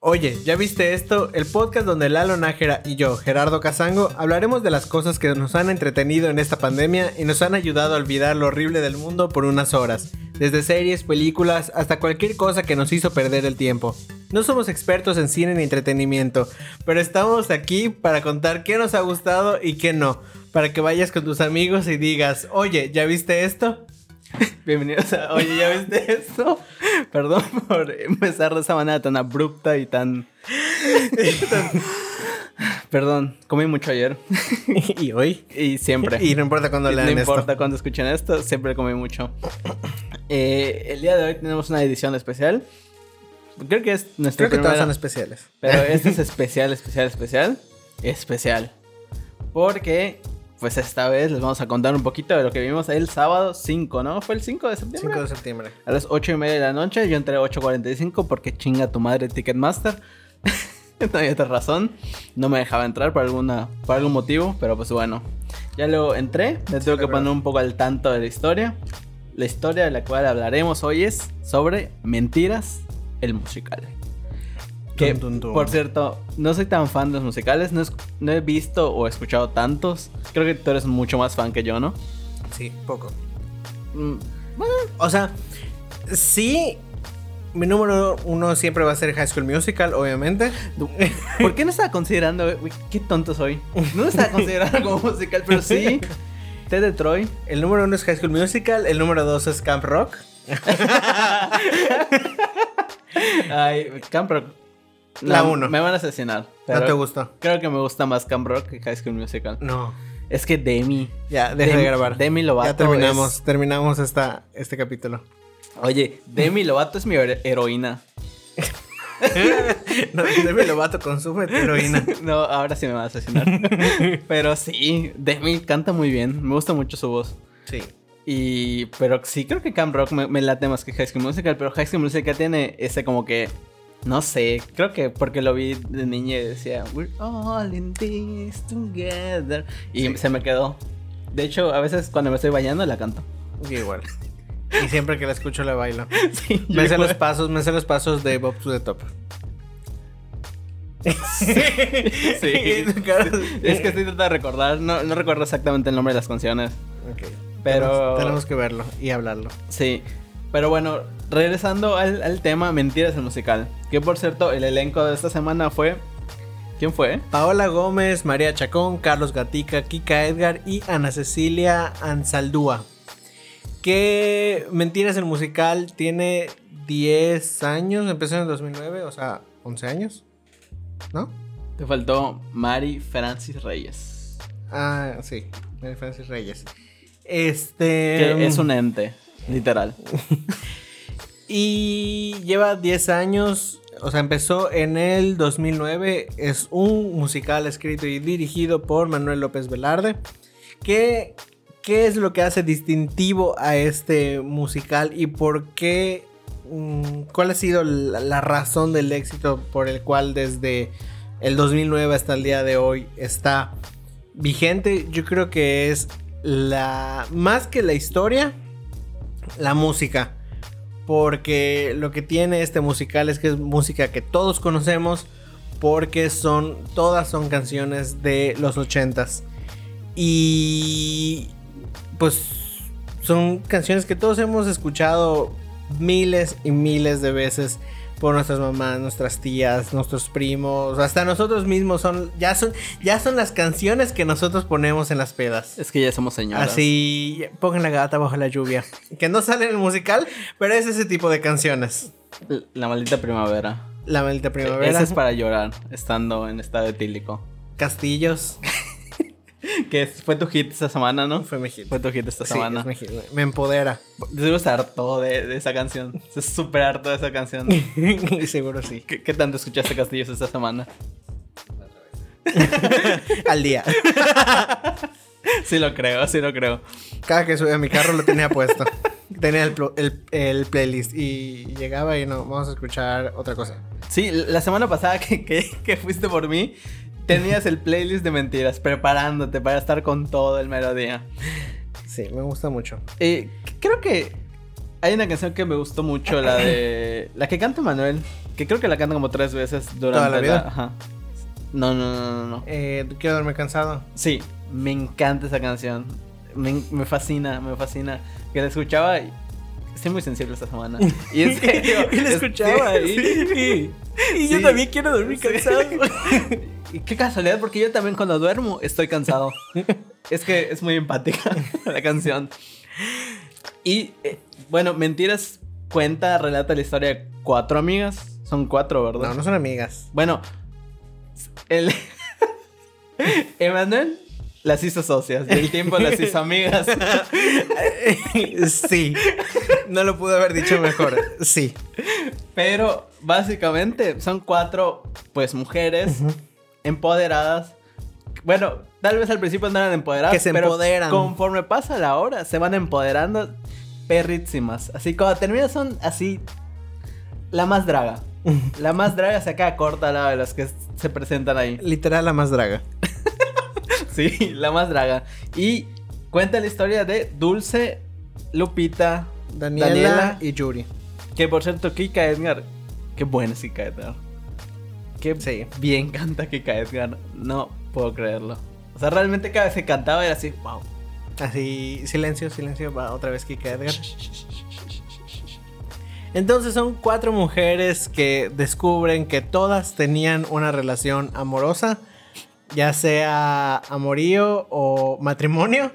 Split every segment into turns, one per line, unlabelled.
Oye, ¿ya viste esto? El podcast donde Lalo Nájera y yo, Gerardo Casango, hablaremos de las cosas que nos han entretenido en esta pandemia y nos han ayudado a olvidar lo horrible del mundo por unas horas, desde series, películas, hasta cualquier cosa que nos hizo perder el tiempo. No somos expertos en cine ni entretenimiento, pero estamos aquí para contar qué nos ha gustado y qué no, para que vayas con tus amigos y digas, oye, ¿ya viste esto?
Bienvenidos a... Oye, ¿ya viste esto? Perdón por empezar de esa manera tan abrupta y tan... Perdón, comí mucho ayer
y hoy.
y siempre.
Y no importa cuándo lean esto.
no importa cuándo escuchen esto, siempre comí mucho. Eh, el día de hoy tenemos una edición especial. Creo que es nuestra
Creo que todas
primera-
son especiales.
Pero este es especial, especial, especial. Especial. Porque, pues esta vez les vamos a contar un poquito de lo que vimos el sábado 5, ¿no? ¿Fue el 5 de septiembre?
5 de septiembre.
A las 8 y media de la noche, yo entré a 8.45 porque chinga tu madre Ticketmaster. no hay otra razón. No me dejaba entrar por, alguna, por algún motivo, pero pues bueno. Ya luego entré, me tuve que
claro.
poner un poco al tanto de la historia. La historia de la cual hablaremos hoy es sobre Mentiras, el musical. Que,
Dun, dun, dun.
por cierto, no soy tan fan de los musicales, no, es- no he visto o escuchado tantos. Creo que tú eres mucho más fan que yo, ¿no?
Sí, poco.
Mm,
O sea, sí. Mi número uno siempre va a ser High School Musical, obviamente.
¿Por qué no estaba considerando? Uy, qué tonto soy. No lo estaba considerando como musical, pero sí. T de Troy.
El número uno es High School Musical, el número dos es Camp Rock.
Ay, Camp Rock.
La
No,
uno.
Me van a asesinar.
¿No te
pero
gustó?
Creo que me gusta más Camp Rock que High School Musical.
No.
Es que Demi.
Ya, deja de
Demi-
grabar.
Demi Lovato.
ya terminamos,
es-
terminamos esta, este capítulo.
Oye, Demi Lovato es mi hero- heroína.
no, Demi Lovato consume heroína.
No, ahora sí me van a asesinar. pero sí, Demi canta muy bien. Me gusta mucho su voz.
Sí.
Y, pero sí creo que Camp Rock me, me late más que High School Musical, pero High School Musical tiene ese como que, no sé, creo que porque lo vi de niña y decía, We're all in this together. Y
Sí.
se me quedó. De hecho, a veces cuando me estoy bañando la canto.
Yo igual. Y siempre que la escucho la bailo.
Sí, yo
Me sé
igual.
los pasos, me sé los pasos de Bob to the Top.
Sí. Es que estoy tratando de recordar, no, no recuerdo exactamente el nombre de las canciones.
Ok.
Pero-
Tenemos, tenemos que verlo y hablarlo.
Sí, pero bueno, regresando al, al tema Mentiras el musical, que por cierto, el elenco de esta semana fue... ¿Quién fue?
Paola Gómez, María Chacón, Carlos Gatica, Kika Edgar y Ana Cecilia Ansaldúa. Que Mentiras el musical tiene 10 años, empezó en el 2009, o sea, 11 años. ¿No?
Te faltó Mari Francis Reyes.
Ah, sí, Mary Francis Reyes. Este
Que es un ente, literal.
Y lleva 10 años, o sea, empezó en el 2009. Es un musical escrito y dirigido por Manuel López Velarde. ¿Qué, qué es lo que hace distintivo a este musical y por qué? mm, ¿Cuál ha sido la, la razón del éxito por el cual desde el 2009 hasta el día de hoy está vigente? Yo creo que es la más que la historia, la música porque lo que tiene este musical es que es música que todos conocemos porque son todas son canciones de los ochentas y pues son canciones que todos hemos escuchado miles y miles de veces por nuestras mamás, nuestras tías, nuestros primos, hasta nosotros mismos son ya son ya son las canciones que nosotros ponemos en las pedas.
Es que ya somos
Ah,
señoras.
Así, pongan la gata bajo la lluvia. Que no sale en el musical, pero es ese tipo de canciones.
L- La maldita primavera.
La maldita primavera.
Ese es para llorar, estando en estado etílico.
Castillos.
Que es- fue tu hit esta semana, ¿no?
Fue mi hit.
Fue tu hit esta
Sí,
semana.
es mi hit, güey. Me empodera.
Seguro se hartó de, de esa canción. Se súper hartó de esa canción.
Seguro sí.
¿Qué, qué tanto escuchaste Castillos esta semana?
Al día.
Sí lo creo, sí lo creo.
Cada que subía a mi carro lo tenía puesto. Tenía el, plo- el- el playlist. Y llegaba y no, vamos a escuchar otra cosa.
Sí, la semana pasada que, que- que fuiste por mí, tenías el playlist de mentiras, preparándote para estar con todo el melodía.
Sí, me gusta mucho.
Eh, creo que hay una canción que me gustó mucho, la de. La que canta Manuel. Que creo que la canta como tres veces durante
¿Toda la vida?
ajá. No, no, no, no, no.
Eh, quiero dormir cansado.
Sí, me encanta esa canción. Me, en- me fascina, me fascina. Que la escuchaba y. Estoy muy sensible esta semana. Y en serio.
Y la
es- este,
escuchaba, y-
sí.
Y
yo también
quiero dormir
Y qué casualidad, porque yo también cuando duermo estoy cansado. es que es muy empática la canción. Y eh, bueno, Mentiras cuenta, relata la historia de cuatro amigas. Son cuatro, ¿verdad?
No, no son amigas.
Bueno, el. Emanuel las hizo socias y el tiempo las hizo amigas.
sí. No lo pude haber dicho mejor. Sí.
Pero básicamente son cuatro, pues, mujeres empoderadas. Bueno, tal vez al principio no eran empoderadas,
Que se
pero
empoderan.
conforme pasa la hora, se van empoderando perrísimas. Así cuando termina son así la más draga. La más draga se acaba corta al lado de las que se presentan ahí.
Literal la más draga.
Sí, la más draga. Y cuenta la historia de Dulce, Lupita,
Daniela,
Daniela.
y Yuri.
que por cierto, Kika Edgar. Qué buena es Kika Edgar. Qué
Sí.
bien canta Kika Edgar. No puedo creerlo. O sea, realmente cada vez que cantaba era así, wow.
Así, silencio, silencio, va otra vez Kika Edgar. Entonces son cuatro mujeres que descubren que todas tenían una relación amorosa, ya sea amorío o matrimonio,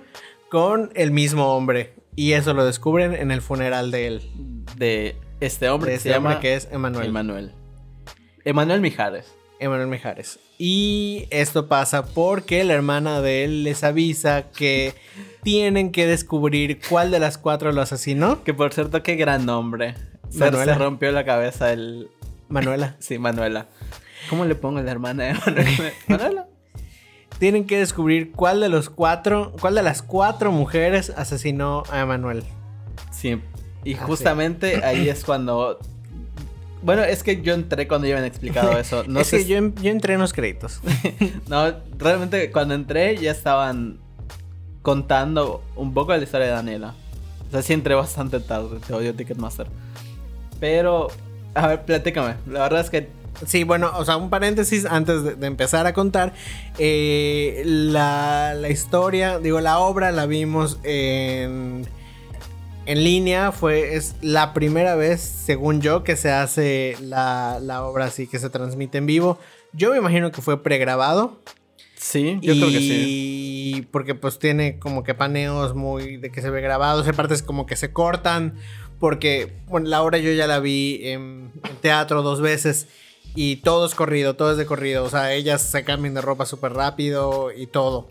con el mismo hombre. Y eso lo descubren en el funeral de él.
De este hombre
de
que
este
se
hombre
llama
que es Emanuel.
Emanuel. Emanuel Mijares.
Emanuel Mijares. Y esto pasa porque la hermana de él les avisa que tienen que descubrir cuál de las cuatro lo asesinó.
Que por cierto, qué gran nombre. Se,
Manuela.
se rompió la cabeza el.
Manuela.
Sí, Manuela. ¿Cómo le pongo a la hermana de Manuel? Manuela.
Tienen que descubrir cuál de los cuatro, cuál de las cuatro mujeres asesinó a Emanuel.
Sí. Y
Ah, sí.
justamente ahí es cuando. Bueno, es que yo entré cuando ya habían explicado eso. No
es
sé.
que yo, en- yo entré en los créditos.
No, realmente cuando entré ya estaban contando un poco de la historia de Daniela. O sea, sí entré bastante tarde, te odio Ticketmaster. Pero, a ver, platícame. La verdad es que
Sí, bueno, o sea, un paréntesis antes de, de empezar a contar. Eh, la, la historia, digo, la obra la vimos en, en línea. Fue, es la primera vez, según yo, que se hace la, la obra así, que se transmite en vivo. Yo me imagino que fue pregrabado.
sí, yo creo que sí.
Y porque pues tiene como que paneos muy de que se ve grabados, hay partes como que se cortan, porque bueno, la obra yo ya la vi en, en teatro dos veces y todo es corrido, todo es de corrido, o sea, ellas se cambian de ropa súper rápido y todo.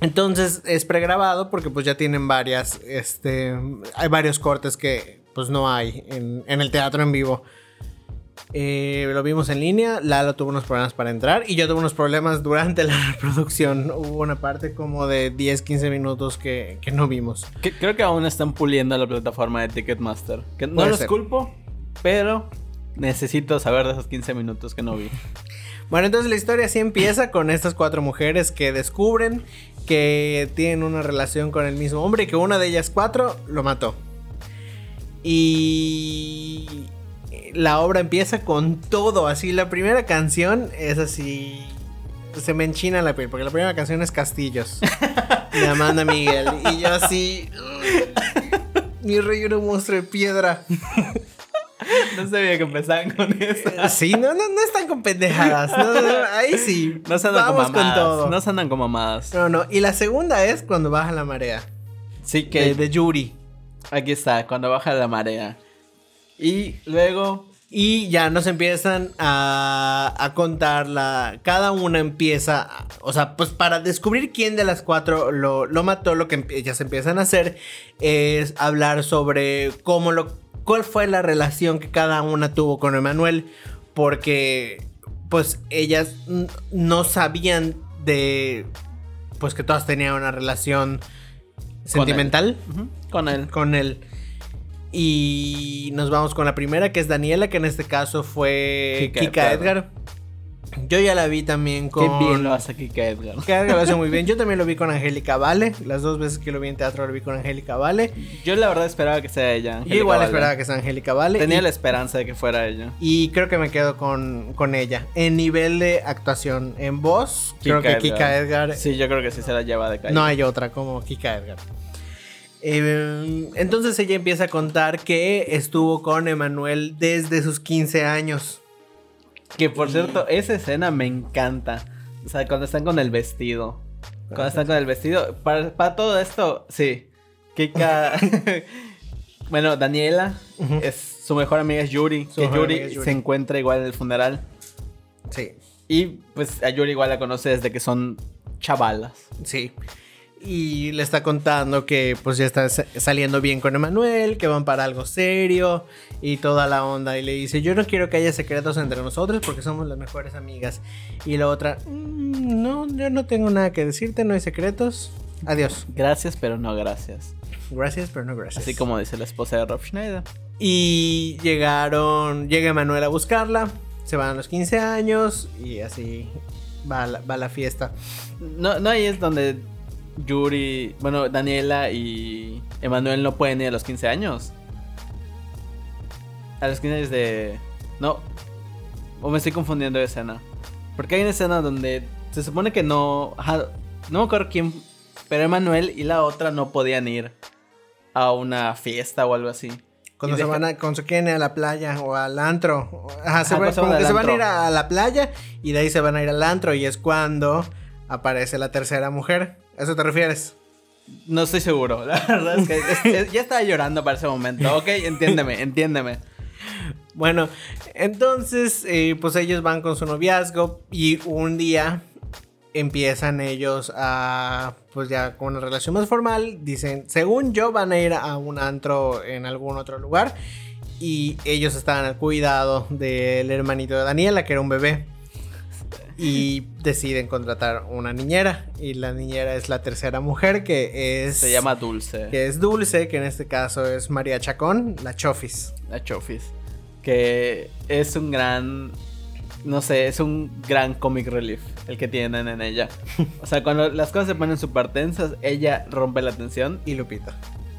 Entonces es pregrabado porque pues ya tienen varias, este, hay varios cortes que pues no hay en, en el teatro en vivo. Eh, lo vimos en línea, Lalo tuvo unos problemas para entrar y yo tuve unos problemas durante la producción. Hubo una parte como de 10, 15 minutos que, que no vimos.
Que- creo que aún están puliendo la plataforma de Ticketmaster. Que no
Puede
los
ser.
culpo, pero necesito saber de esos 15 minutos que no vi.
Bueno, entonces la historia sí empieza con estas cuatro mujeres que descubren que tienen una relación con el mismo hombre y que una de ellas cuatro lo mató. Y la obra empieza con todo, así la primera canción es así se me enchina la piel porque la primera canción es Castillos de Amanda Miguel y yo así mm, mi rey era un monstruo de piedra.
No sabía que empezaban con eso.
Sí, no, no, no están con pendejadas. No, no, no, ahí sí.
No se andan
Vamos
con mamadas.
con todo.
No se andan con mamadas.
No, no. Y la segunda es cuando baja la marea.
Sí que
De, de Yuri.
Aquí está, cuando baja la marea. Y luego.
Y ya nos empiezan a, a contar la... Cada una empieza... a- O sea, pues para descubrir quién de las cuatro lo, lo mató, lo que em- ellas empiezan a hacer es hablar sobre cómo lo... cuál fue la relación que cada una tuvo con Emanuel. Porque pues ellas n- no sabían de... Pues que todas tenían una relación sentimental
ujú, Con él.
con él. Y nos vamos con la primera, que es Daniela, que en este caso fue
Kika
Kika
Edgar.
Edgar. Yo ya la vi también
Qué
con...
bien lo hace aquí que Edgar.
Edgar lo hace muy bien. Yo también lo vi con Angélica Vale. Las dos veces que lo vi en teatro lo vi con Angélica Vale.
Yo la verdad esperaba que sea ella.
Yo
Angélica
igual
Valdés.
esperaba que sea Angélica Vale.
Tenía
y,
la esperanza de que fuera ella.
y creo que me quedo con, con ella. En nivel de actuación, en voz, creo
Kika
que Kika Edgar.
Sí, yo creo que sí se la lleva de calle.
No hay otra como Kika Edgar. Eh, entonces ella empieza a contar que estuvo con Emanuel desde sus 15 años.
Que por cierto, esa escena me encanta. O sea, cuando están con el vestido. Cuando están con el vestido. Para, para todo esto, sí. Kika. bueno, Daniela.
Ujú.
Es, su mejor amiga es Yuri.
Su
Que
mejor
Yuri,
amiga es Yuri.
se encuentra igual en el funeral.
Sí,
Y pues a Yuri igual la conoce desde que son chavalas.
sí. Y le está contando que pues ya está sa- saliendo bien con Emanuel, que van para algo serio y toda la onda. Y le dice, yo no quiero que haya secretos entre nosotros porque somos las mejores amigas. Y la otra, "Mm, no, yo no tengo nada que decirte, no hay secretos. Adiós.
Gracias, pero no gracias.
Gracias, pero no gracias.
Así como dice la esposa de Rob Schneider.
Y llegaron, llega Manuel a buscarla, se van a los 15 años y así va la, va la fiesta.
No, no ahí es donde Yuri, bueno, Daniela y Emanuel no pueden ir a los 15 años. A los 15 años de... No. O me estoy confundiendo de escena. Porque hay una escena donde se supone que no... ajá, no me acuerdo quién... Pero Emanuel y la otra no podían ir a una fiesta o algo así.
Cuando
Y
se
deja-
van a, cuando se quieren ir a la playa o al antro. o- Ajá, se van-
Ajá, pues se
como
van
que
al
se van a ir
antro.
a la playa y de ahí se van a ir al antro y es cuando aparece la tercera mujer. ¿A eso te refieres?
No estoy seguro. La verdad es que es- es- ya estaba llorando para ese momento. Ok, entiéndeme, entiéndeme.
Bueno, entonces, eh, pues ellos van con su noviazgo y un día empiezan ellos a, pues ya con una relación más formal, dicen, según yo van a ir a un antro en algún otro lugar y ellos estaban al cuidado del hermanito de Daniela, que era un bebé. Y deciden contratar una niñera. Y la niñera es la tercera mujer que es...
Se llama Dulce.
Que es Dulce, que en este caso es María Chacón, la Chofis.
la Chofis, que es un gran, no sé, es un gran comic relief el que tienen en ella. O sea, cuando las cosas se ponen súper tensas, ella rompe la tensión
Y Lupita.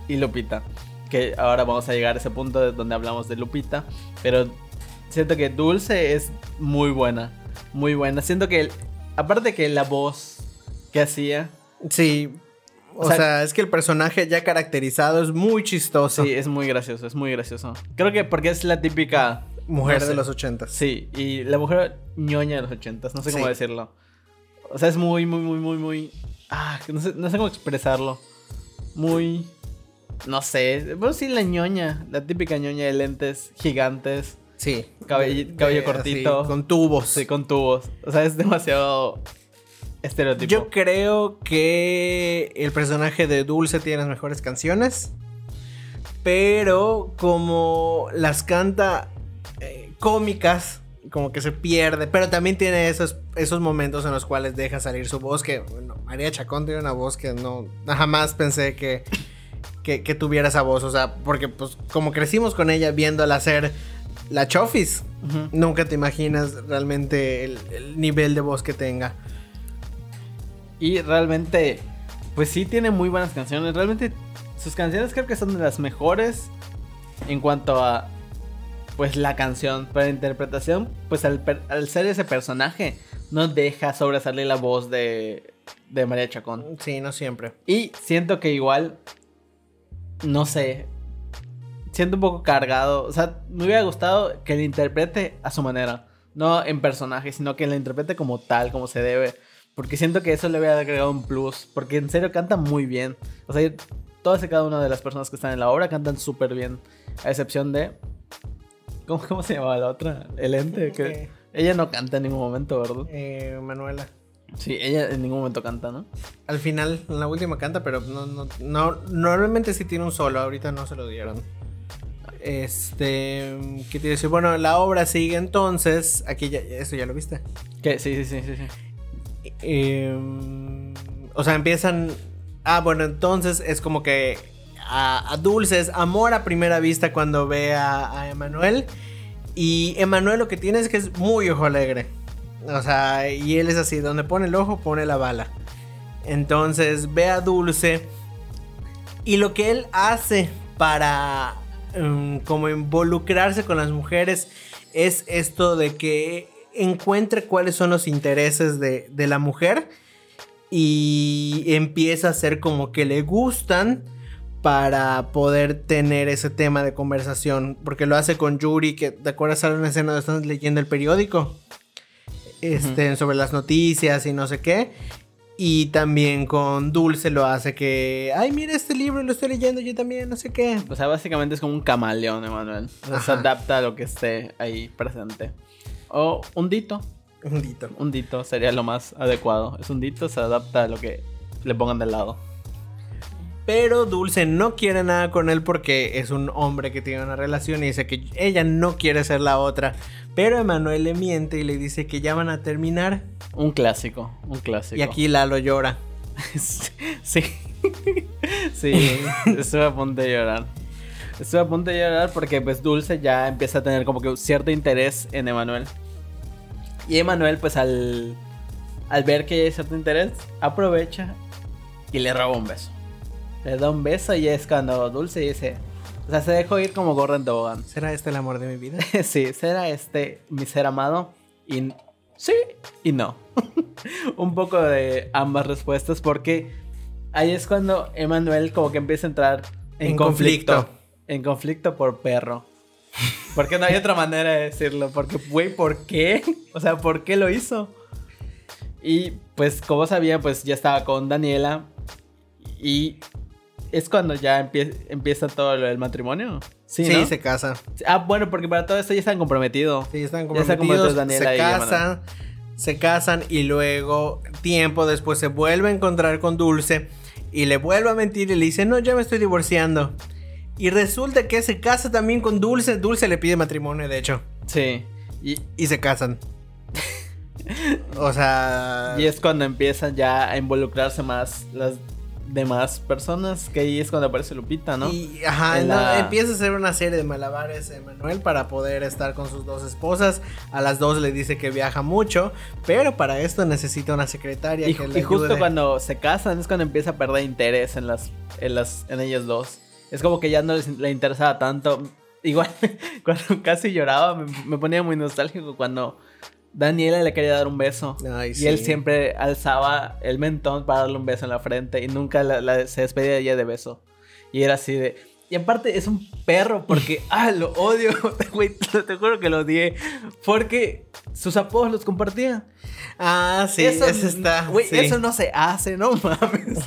y Lupita, que ahora vamos a llegar a ese punto de donde hablamos de Lupita, pero siento que Dulce es muy buena, muy buena. Siento que, el- aparte que la voz que hacía,
Sí. O,
O
sea,
sea-
es que el personaje ya caracterizado es muy chistoso.
sí, es muy gracioso, es muy gracioso. Creo que porque es la típica...
Mujer
no sé.
de los ochentas.
Sí, y la mujer ñoña de los ochentas, no sé cómo
Sí.
decirlo. O sea, es muy, muy, muy, muy, muy... Ah, que no sé, no sé cómo expresarlo. Muy... No sé, bueno, sí, la ñoña, la típica ñoña de lentes gigantes,
Sí.
Cabelli-
De-
cabello
de-
cortito.
así, con tubos.
sí, con tubos. O sea, es demasiado estereotipo.
Yo creo que el personaje de Dulce tiene las mejores canciones. Pero como las canta eh, cómicas, como que se pierde. Pero también tiene esos, esos momentos en los cuales deja salir su voz. Que bueno, María Chacón tiene una voz que no jamás pensé que, que, que tuviera esa voz. O sea, porque pues como crecimos con ella viéndola hacer la chofis.
Ujú.
Nunca te imaginas realmente el, el nivel de voz que tenga.
Y realmente, pues sí tiene muy buenas canciones. Realmente sus canciones creo que son de las mejores en cuanto a, pues la canción, pero la interpretación, pues al, per- al ser ese personaje, no deja sobresalir la voz de, de María Chacón.
Sí, no siempre.
Y siento que igual, no sé, siento un poco cargado. O sea, me hubiera gustado que le interprete a su manera. No en personaje, sino que la interprete como tal, como se debe. Porque siento que eso le hubiera agregado un plus. Porque en serio canta muy bien. O sea, todas y cada una de las personas que están en la obra cantan súper bien. A excepción de... ¿Cómo, cómo se llamaba la otra? El ente. Que...
Eh.
Ella no canta en ningún momento, ¿verdad?
Eh, Manuela.
Sí, ella en ningún momento canta, ¿no?
Al final, en la última canta, pero no, no, no- normalmente sí tiene un solo, ahorita no se lo dieron. Este, ¿qué te iba a decir? Bueno, la obra sigue entonces, aquí ya, eso ya lo viste.
Que sí, sí, sí, sí. sí.
Eh, o sea, empiezan, ah, bueno, entonces es como que a, a Dulces, amor a primera vista cuando ve a, a Emanuel. Y Emanuel lo que tiene es que es muy ojo alegre. O sea, y él es así, donde pone el ojo, pone la bala. Entonces ve a Dulce y lo que él hace para mm, como involucrarse con las mujeres es esto de que encuentre cuáles son los intereses de, de la mujer y empieza a hacer como que le gustan para poder tener ese tema de conversación. Porque lo hace con Yuri, que te acuerdas sale una escena donde están leyendo el periódico. Este, sobre las noticias y no sé qué. Y también con Dulce lo hace que, ay, mira este libro, lo estoy leyendo yo también, no sé qué.
O sea, básicamente es como un camaleón, Emanuel. O sea, Se
Ajá.
adapta a lo que esté ahí presente. O un dito.
Un dito.
Un dito sería lo más adecuado. Es un dito, se adapta a lo que le pongan del lado.
Pero Dulce no quiere nada con él porque es un hombre que tiene una relación y dice que ella no quiere ser la otra. Pero Emanuel le miente y le dice que ya van a terminar.
Un clásico, un clásico.
Y aquí Lalo llora.
sí. sí, estuve a punto de llorar. Estuve a punto de llorar porque pues Dulce ya empieza a tener como que cierto interés en Emanuel. Y Emanuel pues al, al ver que hay cierto interés, aprovecha y le roba un beso. Le da un beso y es cuando Dulce dice, o sea, se dejó ir como gorda en tobogán.
¿Será este el amor de mi vida?
sí, será este mi ser amado y sí y no. Un poco de ambas respuestas porque ahí es cuando Emanuel como que empieza a entrar en,
En
conflicto.
conflicto.
En conflicto por perro. Porque no hay otra manera de decirlo. Porque, güey, ¿por qué? O sea, ¿por qué lo hizo? Y pues como sabía, pues ya estaba con Daniela. Y es cuando ya empie- empieza todo lo del matrimonio. Sí,
Sí,
¿no?
se casa.
Ah, bueno, porque para todo esto ya están comprometidos.
Sí, están
Ya están
comprometidos,
comprometidos Daniela
se
y
casan, se casan y luego tiempo después se vuelve a encontrar con Dulce y le vuelve a mentir y le dice, no, ya me estoy divorciando. Y resulta que se casa también con Dulce, Dulce le pide matrimonio, de hecho,
Sí. Y,
y se casan. o sea...
y es cuando empiezan ya a involucrarse más las demás personas, que ahí es cuando aparece Lupita, ¿no?
Y, ajá,
En
no,
la-
empieza a hacer una serie de malabares de Manuel para poder estar con sus dos esposas. A las dos le dice que viaja mucho, pero para esto necesita una secretaria
Y,
que
ju-
le
y justo
ayude.
cuando se casan es cuando empieza a perder interés en las, en las, en ellas dos. Es como que ya no les, le interesaba tanto. Igual, cuando casi lloraba, me, me ponía muy nostálgico cuando Daniela le quería dar un beso.
Ay,
y
sí.
él siempre alzaba el mentón para darle un beso en la frente y nunca la- la- se despedía de ella de beso. Y era así de... Y aparte es un perro porque, ah, lo odio, güey, te, te juro que lo odié. Porque sus apodos los compartía.
Ah, sí, eso, está.
Güey,
sí.
eso no se hace, no mames.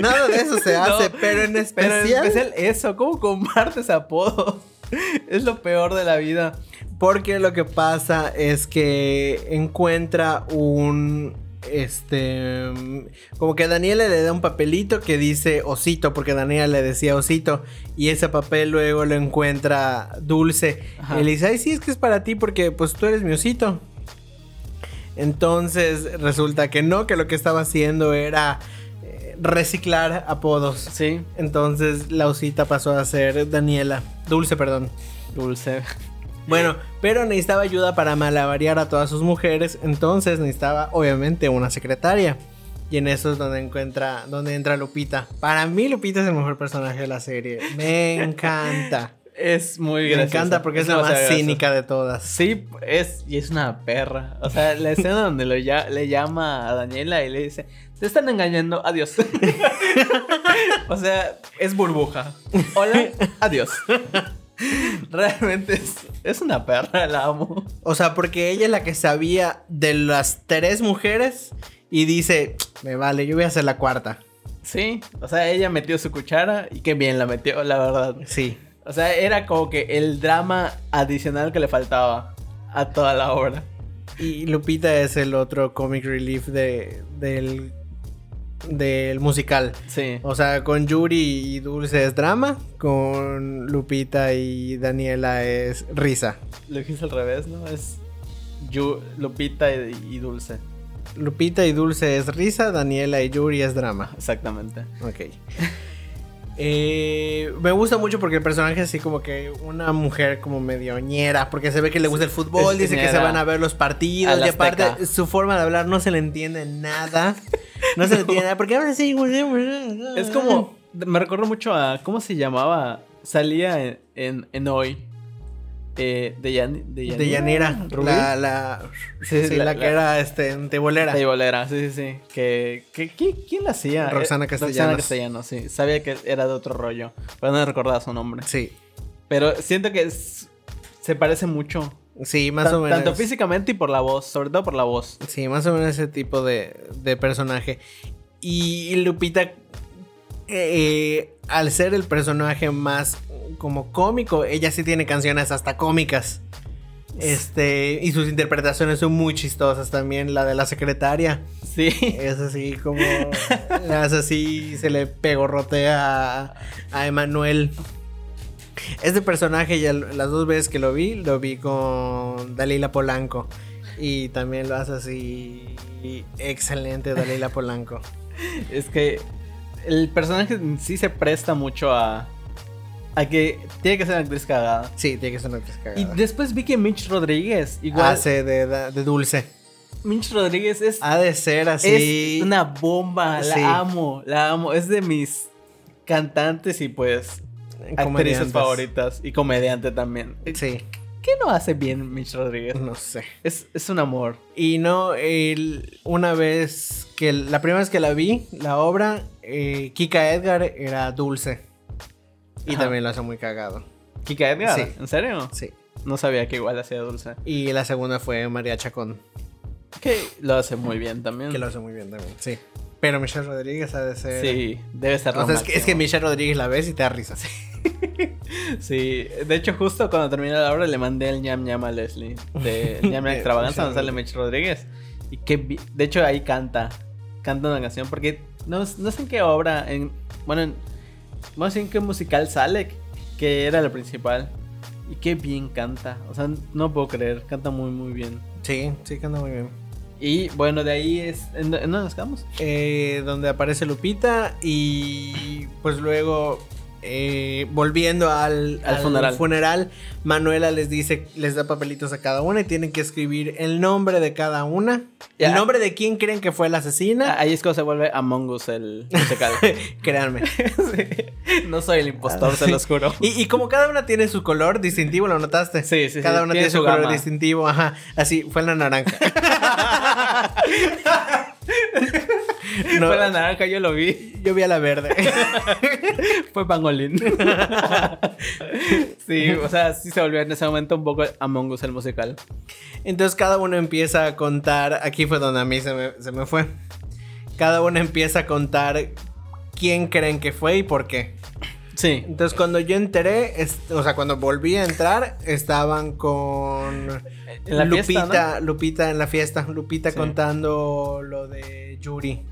Nada de eso se
No,
hace, pero en especial.
Pero en especial eso, ¿cómo compartes apodos? Es lo peor de la vida.
Porque lo que pasa es que encuentra un. Este. Como que a Daniela le da un papelito que dice osito, porque Daniela le decía osito. Y ese papel luego lo encuentra Dulce.
Ajá.
Y le dice: Ay, sí, es que es para ti, porque pues tú eres mi osito. Entonces resulta que no, que lo que estaba haciendo era eh, reciclar apodos.
Sí,
Entonces la osita pasó a ser Daniela. Dulce, perdón.
dulce.
Bueno, pero necesitaba ayuda para malabarear a todas sus mujeres. Entonces necesitaba, obviamente, una secretaria. Y en eso es donde encuentra, donde entra Lupita. Para mí, Lupita es el mejor personaje de la serie. Me encanta.
Es muy
Me
gracioso.
encanta porque es la más
demasiado gracioso.
cínica de todas.
Sí, es, y es una perra. O sea, la escena donde lo ya, le llama a Daniela y le dice, te están engañando, adiós. o sea, es burbuja. Hola, adiós. Realmente es, es una perra, la amo.
O sea, porque ella es la que sabía de las tres mujeres y dice, me vale, yo voy a ser la cuarta.
Sí, o sea, ella metió su cuchara y qué bien la metió, la verdad.
Sí.
O sea, era como que el drama adicional que le faltaba a toda la obra.
Y Lupita es el otro comic relief de- del, del musical.
Sí.
O sea, con Yuri y Dulce es drama, con Lupita y Daniela es risa.
Lo dijiste al revés, ¿no? Es Yu- Lupita y- y Dulce.
Lupita y Dulce es risa, Daniela y Yuri es drama.
Exactamente.
Ok. Eh, me gusta mucho porque el personaje es así como que una mujer como medioñera, porque se ve que le gusta el fútbol,
Es
dice que se
ñera.
van a ver los
A
partidos
la
y aparte
Azteca.
su forma de hablar no se le entiende nada. No, se le entiende nada, porque habla así.
Es como. Me recuerdo mucho a. ¿Cómo se llamaba? Salía en, en, en hoy. Eh, de, Yan, de
De llanera,
Rubí.
la, la,
Sí,
sí,
la-
la, que
la-
era este, en tebolera.
Teibolera, sí, sí, sí. Que, que- qui- ¿Quién la hacía?
Roxana
Eh, Roxana
Castellanos.
Castellanos, sí. Sabía que era de otro rollo. Pero no recordaba su nombre.
Sí,
Pero siento que es- se parece mucho.
sí, más
Tan-
o menos.
Tanto físicamente y por la voz. Sobre todo por la voz.
Sí, más o menos ese tipo de, de personaje. Y Lupita, eh, al ser el personaje más como cómico, ella sí tiene canciones hasta cómicas. Este, y sus interpretaciones son muy chistosas también. La de la secretaria
Sí.
es así como. la hace así, se le pegorrotea a, a Emanuel. Este personaje, ya lo- las dos veces que lo vi, lo vi con Dalila Polanco. Y también lo hace así. Excelente, Dalila Polanco.
Es que el personaje en sí se presta mucho a. A que tiene que ser una actriz cagada.
Sí, tiene que ser una actriz
Y
cagada. Ah,
después vi que Mitch Rodríguez, igual.
Hace de, da- de dulce.
Mitch Rodríguez es,
Ha de ser así.
es una bomba. La
Sí.
amo, la amo. Es de mis cantantes y pues actrices
comediantes.
favoritas. Y comediante también.
Sí,
¿Qué no hace bien Mitch Rodríguez?
no sé.
Es, es un amor.
Y no, el- una vez que la primera vez que la vi, la obra, eh, Kika Edgar era dulce. Y
Ajá.
también lo hace muy cagado.
Kika Edgar,
Sí.
¿en serio?
Sí.
No sabía que igual hacía dulce.
Y la segunda fue María Chacón,
Que lo hace muy bien también.
que lo hace muy bien también. Sí. Pero Michelle Rodríguez ha de ser.
Sí, debe ser lo
O sea, es que, es que
máximo.
Michelle Rodríguez la ves y te da risa.
Sí, de hecho justo cuando terminé la obra le mandé el ñam ñam a Leslie de ñam ñam
De
extravaganza donde
Michelle
sale Mitch Rodríguez. Y que vi- de hecho ahí canta, canta una canción porque no, no sé en qué obra, en, bueno, en, no sé en qué musical sale, que era la principal. Y qué bien canta, o sea, no puedo creer, canta muy muy bien.
Sí, sí que anda muy bien.
Y bueno, de ahí es... ¿En, en dónde nos quedamos?
eh, donde aparece Lupita y pues luego eh, volviendo al,
Al funeral.
funeral, Manuela les dice, les da papelitos a cada una y tienen que escribir el nombre de cada una,
Ya.
el nombre de quién creen que fue la asesina,
Ah, Ahí es cuando se vuelve Among Us el musical.
créanme.
Sí. No soy el impostor, se los juro.
Ah, Y, y como cada una tiene su color distintivo, ¿lo notaste?
Sí, sí, sí,
Cada una
tiene
tiene,
su
su color
gama.
distintivo, ajá. Así, fue la naranja. No,
Fue la naranja, yo lo vi.
yo vi a la verde.
Fue pangolín. sí, o sea, sí se volvió en ese momento un poco Among Us el musical.
Entonces cada uno empieza a contar, aquí fue donde a mí se me, se me fue. Cada uno empieza a contar quién creen que fue y por qué.
Sí.
Entonces cuando yo entré, es- o sea, cuando volví a entrar, estaban con
En la
Lupita,
fiesta,
Lupita en la fiesta, Lupita
Sí.
contando lo de Yuri.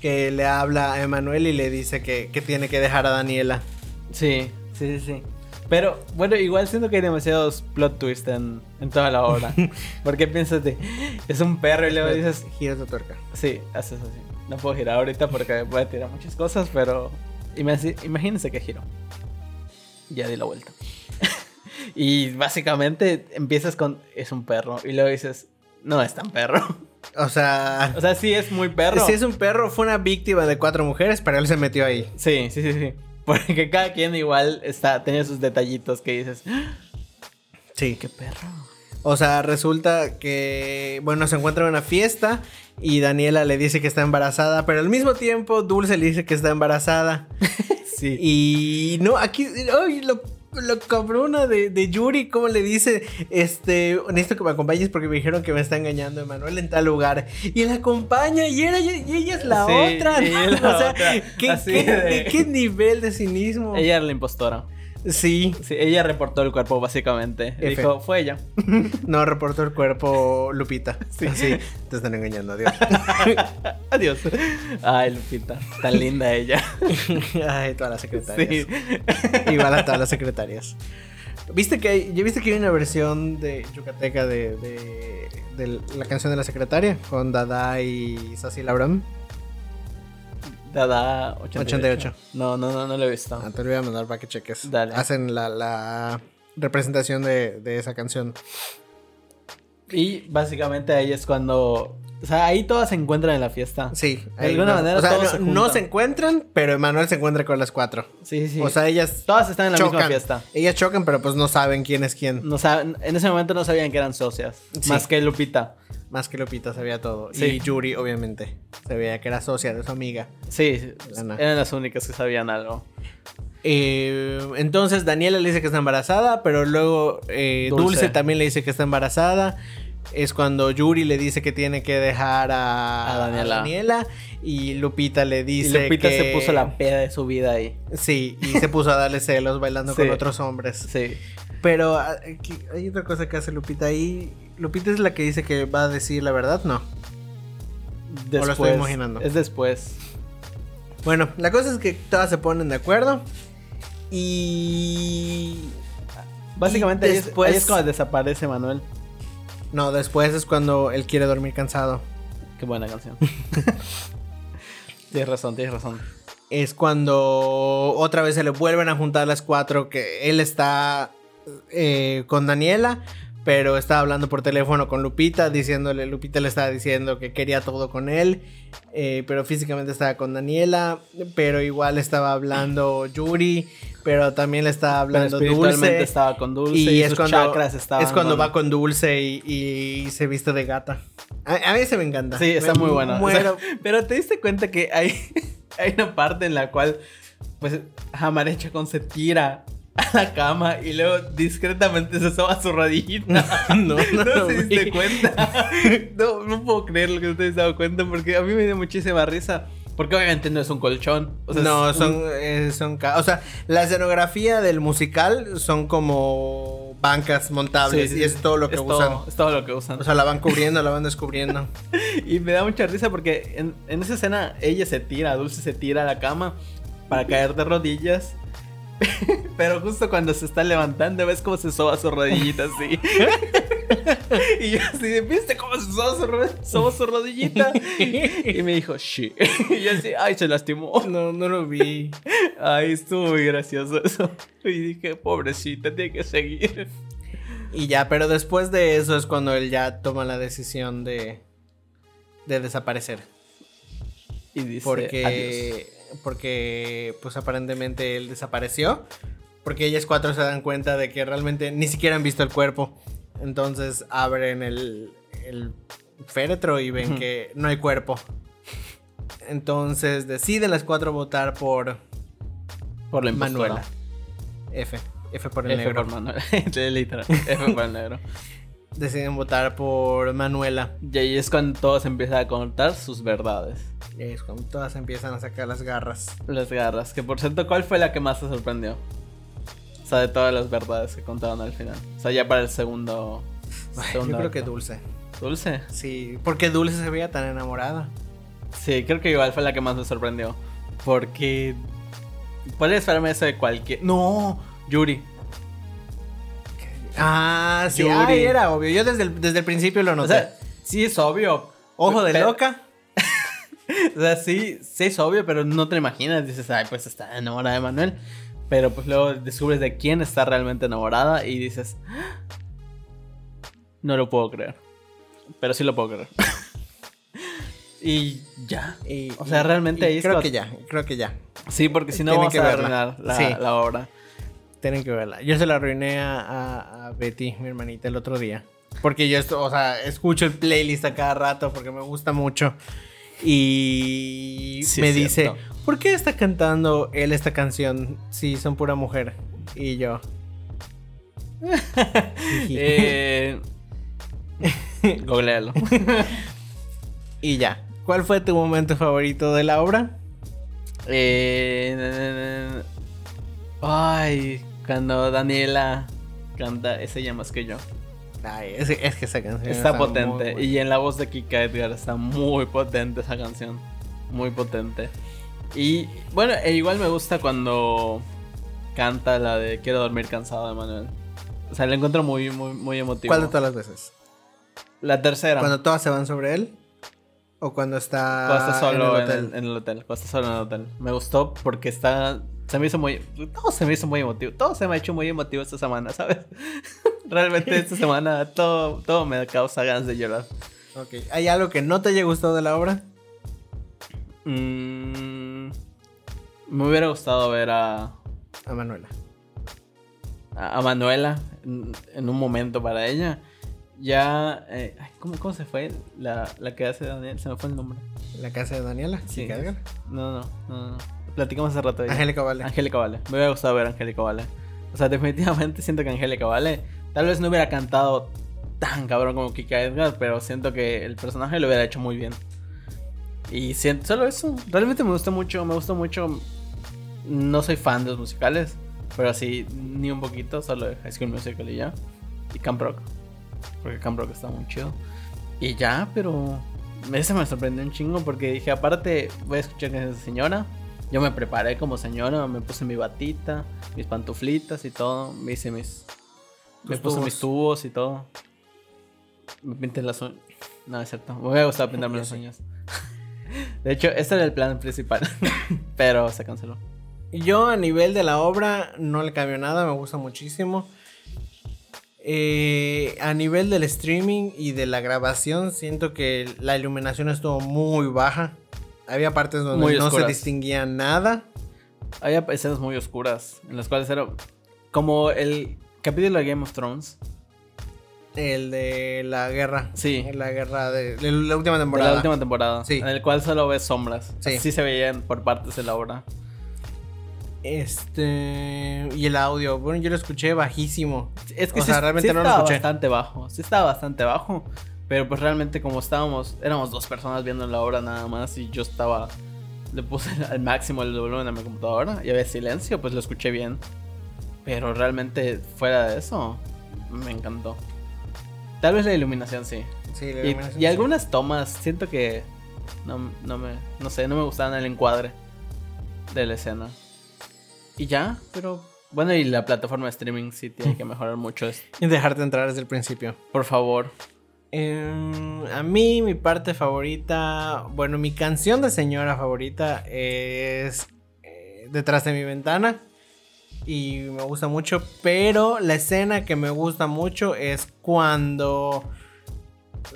Que le habla a Emanuel y le dice que, que tiene que dejar a Daniela.
Sí, sí, sí, sí. Pero bueno, igual siento que hay demasiados plot twists en, en toda la obra. Porque piensas de, es un perro y luego dices,
giras de tuerca.
sí, haces así. No puedo girar ahorita porque voy a tirar muchas cosas, pero imagi- imagínense que giro. Ya di la vuelta. y básicamente empiezas con, es un perro. Y luego dices, no es tan perro.
O sea,
O sea, sí es muy perro.
si
Sí,
es un perro, fue una víctima de cuatro mujeres, pero él se metió ahí.
sí, sí, sí, Porque cada quien igual está, tiene sus detallitos que dices, "Ah,
Sí.
qué perro.
O sea, resulta que, bueno, se encuentran en una fiesta y Daniela le dice que está embarazada, pero al mismo tiempo Dulce le dice que está embarazada.
Sí.
Y no, aquí, ay, lo, lo cabrona de, de Yuri, ¿cómo le dice? Este, necesito que me acompañes porque me dijeron que me está engañando Emanuel en tal lugar. Y la acompaña y, era, y ella es la
Sí,
otra.
y ella es
¿no?
la
o sea,
otra.
¿qué,
Así
qué-
de-
de qué nivel de cinismo?
Ella era la impostora.
Sí,
Sí, ella reportó el cuerpo básicamente.
F.
Dijo, fue ella.
no reportó el cuerpo Lupita.
Sí.
Sí, sí, te están engañando, adiós.
Adiós. Ay, Lupita. Tan linda ella.
Ay, todas las secretarias.
Sí.
Igual a todas las secretarias. ¿Viste que hay, ¿Ya viste que hay una versión de Yucateca de, de- de la canción de la secretaria? Con Dada y Sassy Labram.
Dada 88.
88.
No, no, no, no lo he visto.
Ah, te lo voy a mandar para que cheques.
Dale.
Hacen la, la representación de, de esa canción.
Y básicamente ahí es cuando. O sea, ahí todas se encuentran en la fiesta.
Sí.
De
ahí
alguna
no-
manera
o sea,
todos
no,
se
no
juntan.
se encuentran, pero Emanuel se encuentra con las cuatro.
Sí, sí.
O sea, ellas
todas están en la
chocan.
misma fiesta.
Ellas chocan, pero pues no saben quién es quién.
No saben, en ese momento no sabían que eran socias.
Sí.
Más que Lupita.
Más que Lupita sabía todo.
Sí.
Y Yuri, obviamente, sabía que era socia de su amiga.
Sí,
Ana.
eran las únicas que sabían algo.
Eh, entonces Daniela le dice que está embarazada, pero luego eh, Dulce.
Dulce.
también le dice que está embarazada. Es cuando Yuri le dice que tiene que dejar a,
A Daniela.
Daniela, y Lupita le
Y
dice
Lupita
que-
se puso la peda de su vida ahí.
Sí, y se puso a darle celos bailando
Sí.
con otros hombres.
Sí.
Pero ah, aquí hay otra cosa que hace Lupita ahí. Lupita es la que dice que va a decir la verdad, no.
Después,
estoy imaginando.
Es después.
Bueno, la cosa es que todas se ponen de acuerdo. Y
Básicamente ahí es-
después-
ahí es cuando desaparece Manuel.
no, después es cuando él quiere dormir cansado.
Qué buena canción. tienes razón, tienes razón.
es cuando otra vez se le vuelven a juntar las cuatro, que él está eh, con Daniela, pero está hablando por teléfono con Lupita, diciéndole, Lupita le estaba diciendo que quería todo con él, eh, pero físicamente estaba con Daniela, pero igual estaba hablando Yuri, pero también le estaba
Pero
hablando
espiritualmente
Dulce.
estaba con Dulce
Y,
y,
es
sus
cuando,
chakras estaban.
es cuando
con-
va con Dulce y, y se viste de gata. A, a mí se me encanta.
Sí, está
Me
muy bueno. O sea,
muero.
pero te diste cuenta que hay, hay una parte en la cual, pues, Hamare Chacón se tira a la cama y luego discretamente se soba su rodillita.
no, no,
No,
no,
se
güey.
diste cuenta. No, no puedo creer lo que no te has dado cuenta porque a mí me dio muchísima risa. Porque obviamente no es un colchón. o sea,
no,
es un-
son, eh, son... ca- O sea, la escenografía del musical son como bancas montables
sí, sí,
y es
sí.
todo lo que
es
usan.
todo- es todo lo que usan.
O sea, la van cubriendo, la van descubriendo.
Y me da mucha risa porque en, en esa escena ella se tira, Dulce se tira a la cama para caer de rodillas. Pero justo cuando se está levantando, ves cómo se soba su rodillita así. y yo así, de, ¿viste cómo se soba su, ro- soba su rodillita? Y me dijo, sí. Y yo así, ay, se lastimó.
No, no lo vi.
Ay, estuvo muy gracioso eso. Y dije, pobrecita, tiene que seguir.
Y ya, pero después de eso es cuando él ya toma la decisión de, de desaparecer.
Y dice, Este, adiós.
Porque, porque, pues aparentemente él desapareció. Porque ellas cuatro se dan cuenta de que realmente ni siquiera han visto el cuerpo. Entonces abren el, el féretro y ven
Ujú.
que no hay cuerpo. Entonces deciden las cuatro votar por
Por la impostora.
Manuela. F. F por el
F
negro.
por Manuela. Literal. F por el negro.
Deciden votar por Manuela.
Y ahí es cuando todos empiezan a contar sus verdades.
Y ahí es cuando todas empiezan a sacar las garras.
Las garras. Que por cierto, ¿cuál fue la que más te sorprendió? O sea, de todas las verdades que contaron al final. O sea, ya para el segundo.
Ay,
segundo
yo creo que
acto.
Dulce.
Dulce.
Sí, porque Dulce se veía tan enamorada.
Sí, creo que igual fue la que más me sorprendió. Porque. Podría esperarme eso de cualquier. ¡No! Yuri.
Ah, sí,
Yuri.
ay, era obvio. Yo desde el, desde el principio lo
O
noté.
sea, sí es obvio.
Ojo de
Pero-
loca.
O sea, sí, sí es obvio, pero no te imaginas. Dices, ay, pues está enamorada de Manuel. Pero pues luego descubres de quién está realmente enamorada y dices, "Ah, no lo puedo creer. Pero sí lo puedo creer. y ya.
Y-
O sea,
y-
realmente
y
ahí es
creo
cuando-
que ya, creo que ya.
Sí, porque si no
Tienen
vamos
que
a
verla.
arruinar la,
Sí.
la obra.
Tienen que verla. Yo se la arruiné a, a- a Betty, mi hermanita, el otro día. Porque yo, esto- o sea, escucho el playlist a cada rato porque me gusta mucho. Y
Sí,
me
es
dice,
cierto.
¿por qué está cantando él esta canción si son pura mujer? Y yo...
Eh... Googlealo.
Y ya. ¿Cuál fue tu momento favorito de la obra?
Eh, na, na, na, na. Ay, cuando Daniela canta ese llamas que yo.
Ay, es, es que esa canción
Está,
muy
potente.
buena.
Y en la voz de Kika Edgar está muy potente esa canción. Muy potente. Y bueno, e igual me gusta cuando canta la de Quiero dormir cansado de Manuel. O sea, la encuentro muy, muy, muy emotiva.
¿Cuál de todas las veces?
La tercera.
Cuando todas se van sobre él. o cuando está,
Cuando está solo
en
Ah, en el, en el hotel. cuando está solo en el hotel. Me gustó porque está. Se me hizo muy. Todo se me hizo muy emotivo. Todo se me ha hecho muy emotivo esta semana, ¿sabes? Realmente esta semana todo, todo me causa ganas de llorar.
Ok. ¿Hay algo que no te haya gustado de la obra?
Mm, me hubiera gustado ver a,
A Manuela.
a Manuela en, en un momento para ella. Ya. eh, ay, ¿cómo, ¿Cómo se fue? La, la que hace Daniel. Se me fue el nombre.
La casa de Daniela.
Sí.
Sí. cargan.
No, no, no. no. Platicamos hace rato. de ella.
Angélica Vale.
Angélica Vale. Me hubiera gustado ver a Angélica Vale. O sea, definitivamente siento que Angélica Vale tal vez no hubiera cantado tan cabrón como Kika Edgar, pero siento que el personaje lo hubiera hecho muy bien. Y siento solo eso. Realmente me gustó mucho, me gustó mucho. No soy fan de los musicales, pero así ni un poquito, solo de High School Musical y ya. Y Camp Rock. Porque Camp Rock está muy chido. Y ya, pero ese me sorprendió un chingo porque dije, aparte voy a escuchar que es señora. Yo me preparé como señora, me puse mi batita, mis pantuflitas y todo. Me hice mis. Me
Tus
puse
tubos.
mis tubos y todo. Me pinté las uñas. No, es cierto. Me hubiera gustado pintarme
Ya
las
sé.
uñas. De hecho, este era el plan principal. pero se canceló.
Yo a nivel de la obra no le cambio nada, me gusta muchísimo. Eh, a nivel del streaming y de la grabación, siento que la iluminación estuvo muy baja. Había partes donde
Muy
no
oscuras.
se distinguía nada.
Había escenas muy oscuras en las cuales era. Como el capítulo de Game of Thrones.
El de la guerra.
Sí.
La guerra de, de la última
De
temporada.
la última temporada.
Sí.
En el cual solo ves sombras.
Sí.
Así se veían por partes de la obra.
Este. Y el audio. Bueno, yo lo escuché bajísimo.
Es que
O
sí-
sea, realmente
sí
no lo
estaba
escuché.
bastante bajo. Sí estaba bastante bajo. Pero pues realmente como estábamos, éramos dos personas viendo la obra nada más y yo estaba... Le puse al máximo el volumen a mi computadora y había silencio, pues lo escuché bien. Pero realmente fuera de eso, me encantó. Tal vez la iluminación sí.
Sí, la
Y,
iluminación
y
sí.
algunas tomas, siento que no, no me, no sé, no me gustaban el encuadre de la escena. Y ya, pero bueno, y la plataforma de streaming sí tiene que mejorar mucho. es-
Y dejarte entrar desde el principio.
Por favor,
Em, a mí mi parte favorita, bueno, mi canción de señora favorita es eh, Detrás de mi ventana y me gusta mucho, pero la escena que me gusta mucho es cuando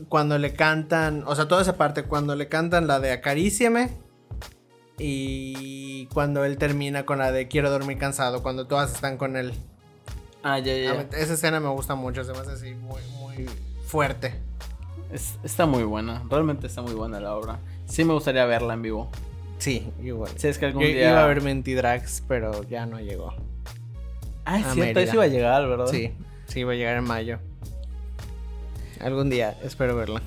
cuando le cantan, o sea, toda esa parte cuando le cantan la de Acaríciame y cuando él termina con la de Quiero dormir cansado, cuando todas están con él.
Ah, ya, ya, ya.
Esa escena me gusta mucho, se me hace así muy muy fuerte.
Es- está muy buena, realmente está muy buena la obra. Sí me gustaría verla en vivo.
Sí, igual.
Si es que algún
Yo
día...
iba a ver Mentidrax, pero ya no llegó.
Ah, es
a
cierto,
Mérida.
eso iba a llegar, ¿verdad?
Sí, sí, va a llegar en mayo. Algún día, espero verla.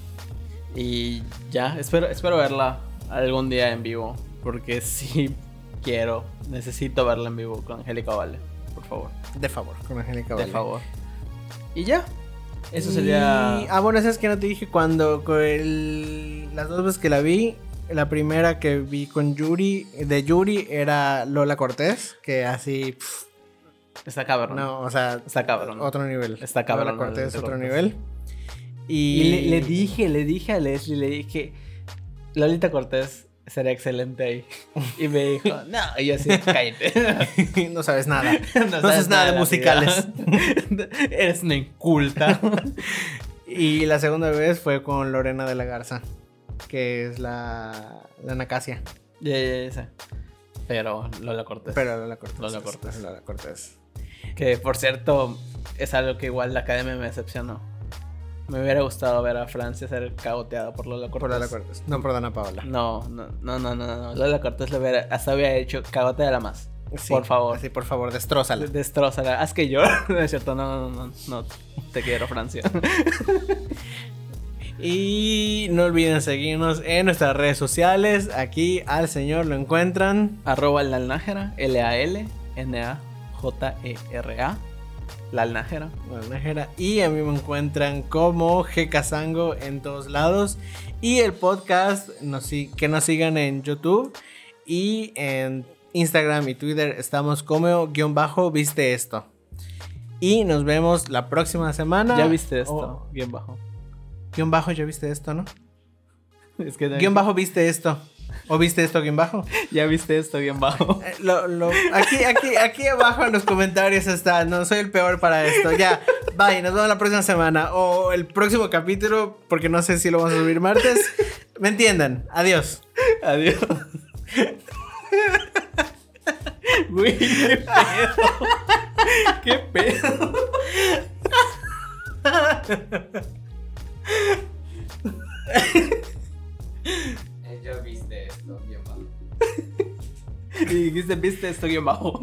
Y ya, espero, espero verla algún día en vivo. Porque sí quiero, necesito verla en vivo con Angélica Vale, por favor.
De favor, con Angélica
De
Vale.
favor. Y ya. Eso
Y-
sería.
Ah, bueno, ¿sabes que no te dije cuando con el- las dos veces que la vi? La primera que vi con Yuri, de Yuri, era Lola Cortés, que así, pf,
Está cabrón.
no, o sea,
Está cabrón.
otro nivel.
Está cabrón,
Lola Cortés,
Lola
otro
Cortés.
nivel. Y,
Y le, le dije, le dije a Leslie, le dije, Lolita Cortés será excelente ahí. Y me dijo, no, y yo así, cállate.
no sabes nada.
sabes
sabes nada de
la
musicales.
vida. Eres una inculta.
Y la segunda vez fue con Lorena de la Garza, que es la, la Nacasia,
ya, ya, ya sé. Pero Lola Cortés.
pero Pues, Lola Cortés.
Lola
es-
Cortés.
es Lola Cortés.
Que por cierto, es algo que igual la academia me decepcionó. Me hubiera gustado ver a Francia ser cagoteada por Lola Cortés.
Por Lola Cortés. No, por Dana Paola.
No, no, no, no, no, no. Lola Cortés le hubiera, hasta había hecho cagote de la más.
Sí,
por favor.
Sí, por favor, destrózala.
Destrózala, haz que yo. No es cierto, no, no, no, no. Te quiero, Francia.
Y no olviden seguirnos en nuestras redes sociales. Aquí al señor lo encuentran.
Arroba la alnájera, E L-A-L-N-A-J-E-R-A. La alnájera.
la Nájera, Y a mí me encuentran como Gcasango en todos lados. Y el podcast, nos si- que nos sigan en YouTube y en Instagram y Twitter. Estamos como guión bajo, viste esto. Y nos vemos la próxima semana.
Ya viste esto,
Oh,
bien bajo.
guión bajo, ya viste esto, ¿no?
Es que
Guión bajo, ¿viste esto? ¿O viste esto guión bajo?
ya viste esto bien bajo.
Eh, lo- lo- aquí, aquí, aquí abajo en los comentarios está, no soy el peor para esto. Ya, bye, nos vemos la próxima semana o el próximo capítulo, porque no sé si lo vamos a subir martes. Me entiendan, adiós.
Adiós. Güey, qué pedo. Qué pedo.
Eh, Ya viste esto, bien bajo.
Y dijiste, viste esto bien bajo.